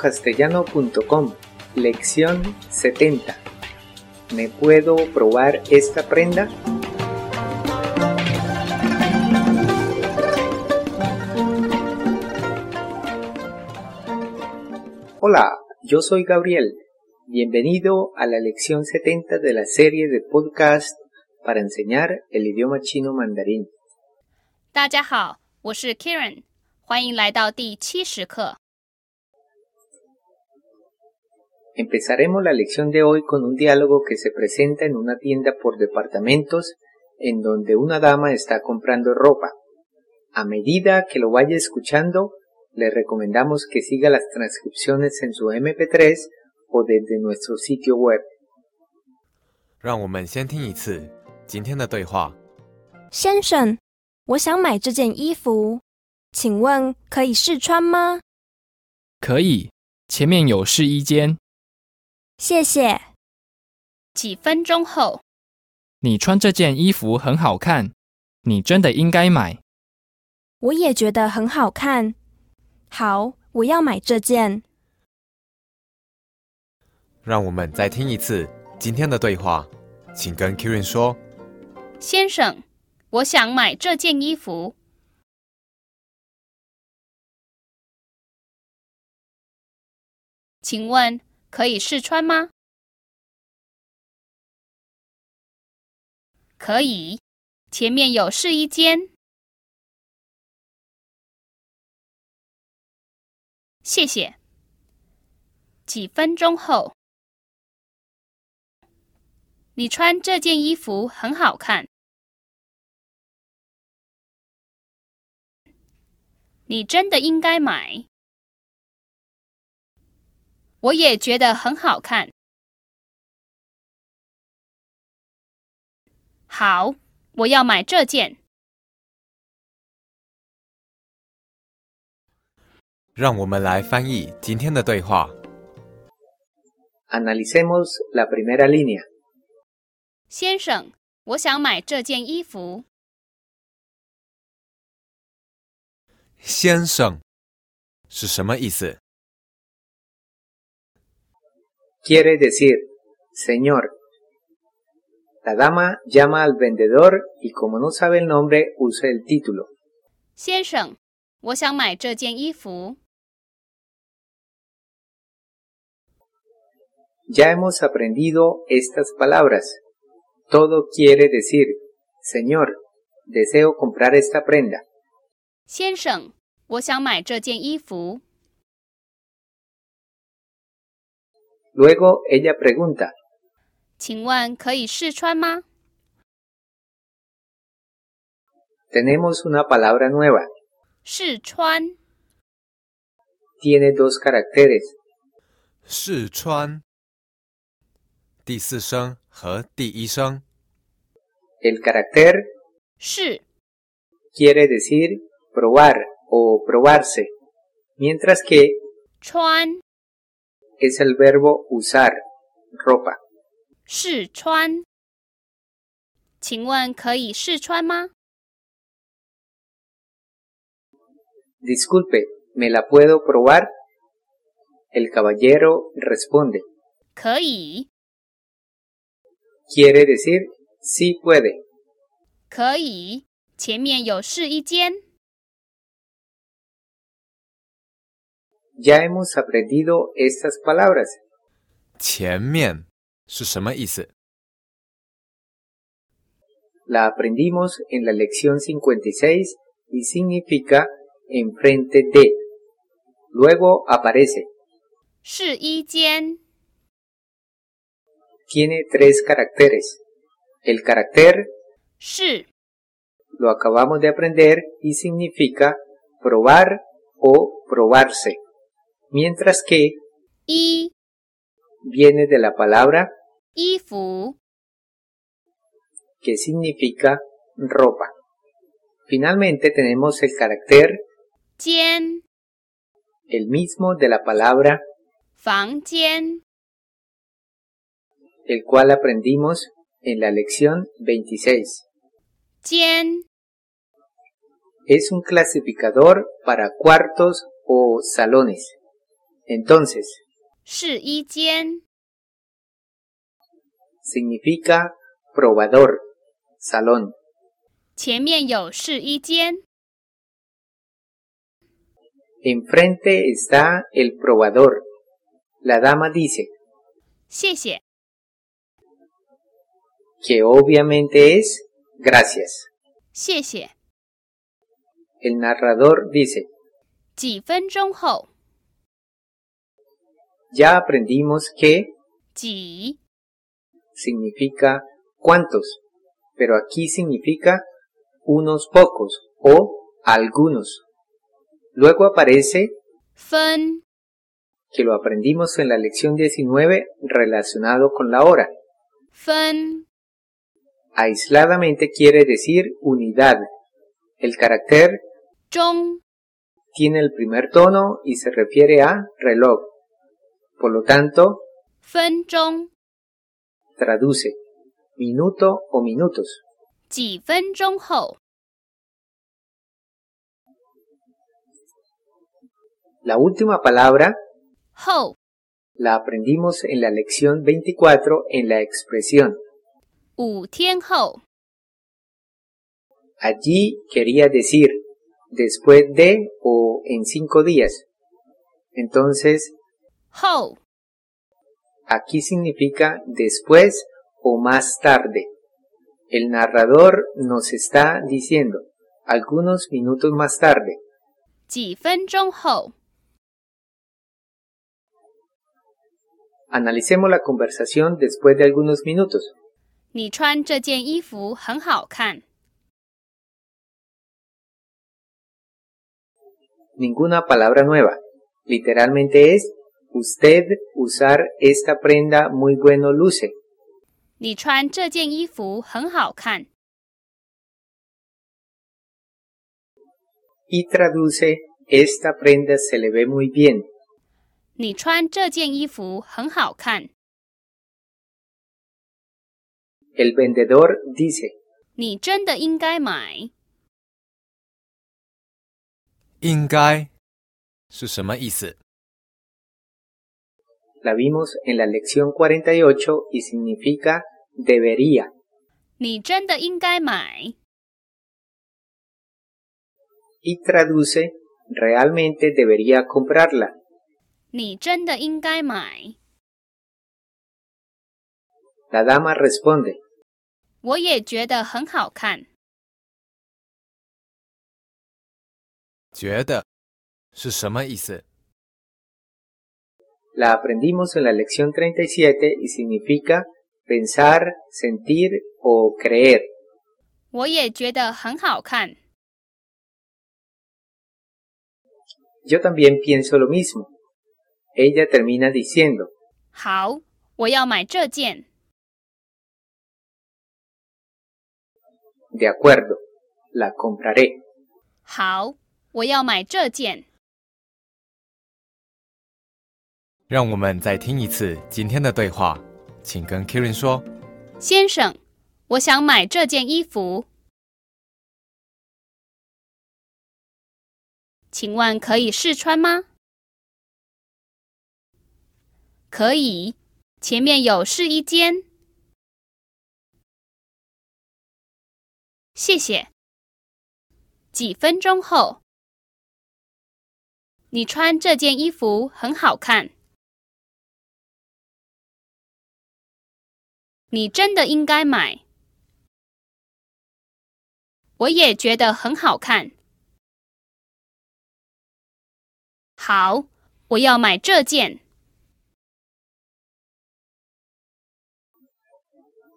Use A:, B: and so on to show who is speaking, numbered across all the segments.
A: chinocastellano.com Lección 70 ¿Me puedo probar esta prenda? Hola, yo soy Gabriel. Bienvenido a la lección 70 de la serie de podcast para enseñar el idioma chino mandarín.
B: 大家好，我是 Karen，欢迎来到第七十课。
A: Empezaremos la lección de hoy con un diálogo que se presenta en una tienda por departamentos en donde una dama está comprando ropa. A medida que lo vaya escuchando, le recomendamos que siga las transcripciones en su MP3 o desde nuestro sitio web.
C: 让我们先听一次今天的对话。
D: 先生，我想买这件衣服，请问可以试穿吗？
E: 可以，前面有试衣间，
D: 谢谢。
B: 几分钟后，
E: 你穿这件衣服很好看，你真的应该买。
D: 我也觉得很好看。好，我要买这件。
C: 让我们再听一次今天的对话，请跟 Kirin 说。
B: 先生，我想买这件衣服，请问可以试穿吗？可以，前面有试衣间。谢谢。几分钟后，你穿这件衣服很好看。你真的应该买。我也觉得很好看。好，我要买这件。
C: 让我们来翻译今天的对话。
A: Analicemos la primera línea.
B: 先生，我想买这件衣服，
C: 先生是什么意思？
A: Quiere decir, señor. La dama llama al vendedor y como no sabe el nombre, usa el título.
B: 先生，我想买这件衣服。
A: Ya hemos aprendido estas palabras. Todo quiere decir, señor, deseo comprar esta prenda.
B: 先生，我想买这件衣服。
A: Luego ella pregunta,
B: 请问可以试穿吗？
A: tenemos una palabra nueva,
B: 试穿，
A: tiene dos caracteres.
C: 试穿。第四声和第一声
A: El carácter
B: 试
A: quiere decir probar o probarse, mientras que
B: 穿，
A: es el verbo usar, ropa.
B: 试穿。请问可以试穿吗？
A: Disculpe, ¿me la puedo probar? El caballero responde,
B: 可以，
A: quiere decir sí puede.
B: 可以。前面有试衣间。
A: Ya hemos aprendido estas palabras.
C: 前面是什么意思？
A: La aprendimos en la lección 56 y significa enfrente de. Luego aparece.
B: 试衣间，
A: Tiene tres caracteres. El carácter
B: 试
A: lo acabamos de aprender y significa probar o probarse. Mientras que
B: 衣
A: viene de la palabra
B: 衣服，
A: que significa ropa. Finalmente tenemos el carácter,
B: 间
A: el mismo de la palabra,
B: 房间，
A: el cual aprendimos en la lección 26.
B: 间
A: Es un clasificador para cuartos o salones. Entonces,
B: 试衣间、
A: significa probador, salón.
B: 前面有试衣间，
A: Enfrente está el probador. La dama dice,
B: 谢谢。
A: que obviamente es gracias.
B: 谢谢。
A: El narrador dice,
B: 几分钟后，
A: ya aprendimos que
B: 几
A: significa cuántos, pero aquí significa unos pocos o algunos. Luego aparece
B: 分
A: que lo aprendimos en la lección 19 relacionado con la hora.
B: 分
A: Aisladamente quiere decir unidad. El carácter
B: 钟
A: tiene el primer tono y se refiere a reloj. Por lo tanto,
B: 分钟，
A: traduce minuto o minutos.
B: 几分钟后，
A: La última palabra
B: 后
A: la aprendimos en la lección 24 en la expresión.
B: 五天后，
A: Allí quería decir después de o en cinco días. Entonces,
B: 后
A: aquí significa después o más tarde. El narrador nos está diciendo algunos minutos más tarde.
B: 几分钟后，
A: Analicemos la conversación después de algunos minutos.
B: 你穿这件衣服很好看。
A: Ninguna palabra nueva. Literalmente es usted usar esta prenda muy bueno luce.
B: 你穿这件衣服很好看。
A: y traduce esta prenda se le ve muy bien.
B: 你穿这件衣服很好看。
A: El vendedor dice,
B: 你真的应该买。
C: 应该是什么意思？
A: la vimos en la lección 48 y significa debería.
B: 你真的应该买。
A: Y traduce, realmente debería comprarla.
B: 你真的应该买。
A: La dama responde,
B: 我也觉得很好看。
C: 觉得是什么意思？
A: la aprendimos en la lección 37 y significa pensar, sentir o creer.
B: 我也觉得很好看。
A: Yo también pienso lo mismo. Ella termina diciendo,
B: 好，我要买这件。
A: de acuerdo, la compraré.
B: 好，我要买这件。
C: 让我们再听一次今天的对话，请跟 Kirin 说。
B: 先生，我想买这件衣服。请问可以试穿吗？可以，前面有试衣间。谢谢。几分钟后，你穿这件衣服很好看。你真的应该买。我也觉得很好看。好，我要买这件。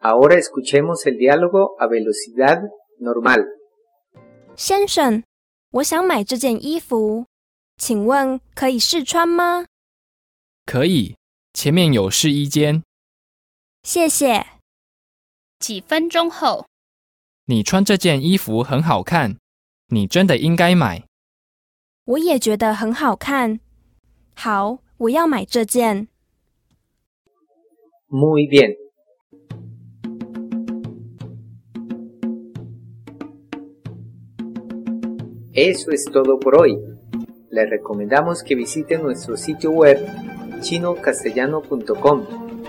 A: Ahora escuchemos el diálogo a velocidad normal.
D: 先生，我想买这件衣服，请问可以试穿吗？
E: 可以。前面有试衣间，
D: 谢谢。
B: 几分钟后，
E: 你穿这件衣服很好看，你真的应该买。
D: 我也觉得很好看。好，我要买这件。
A: Muy bien. Eso es todo por hoy. les recomendamos que visiten nuestro sitio web chinocastellano.com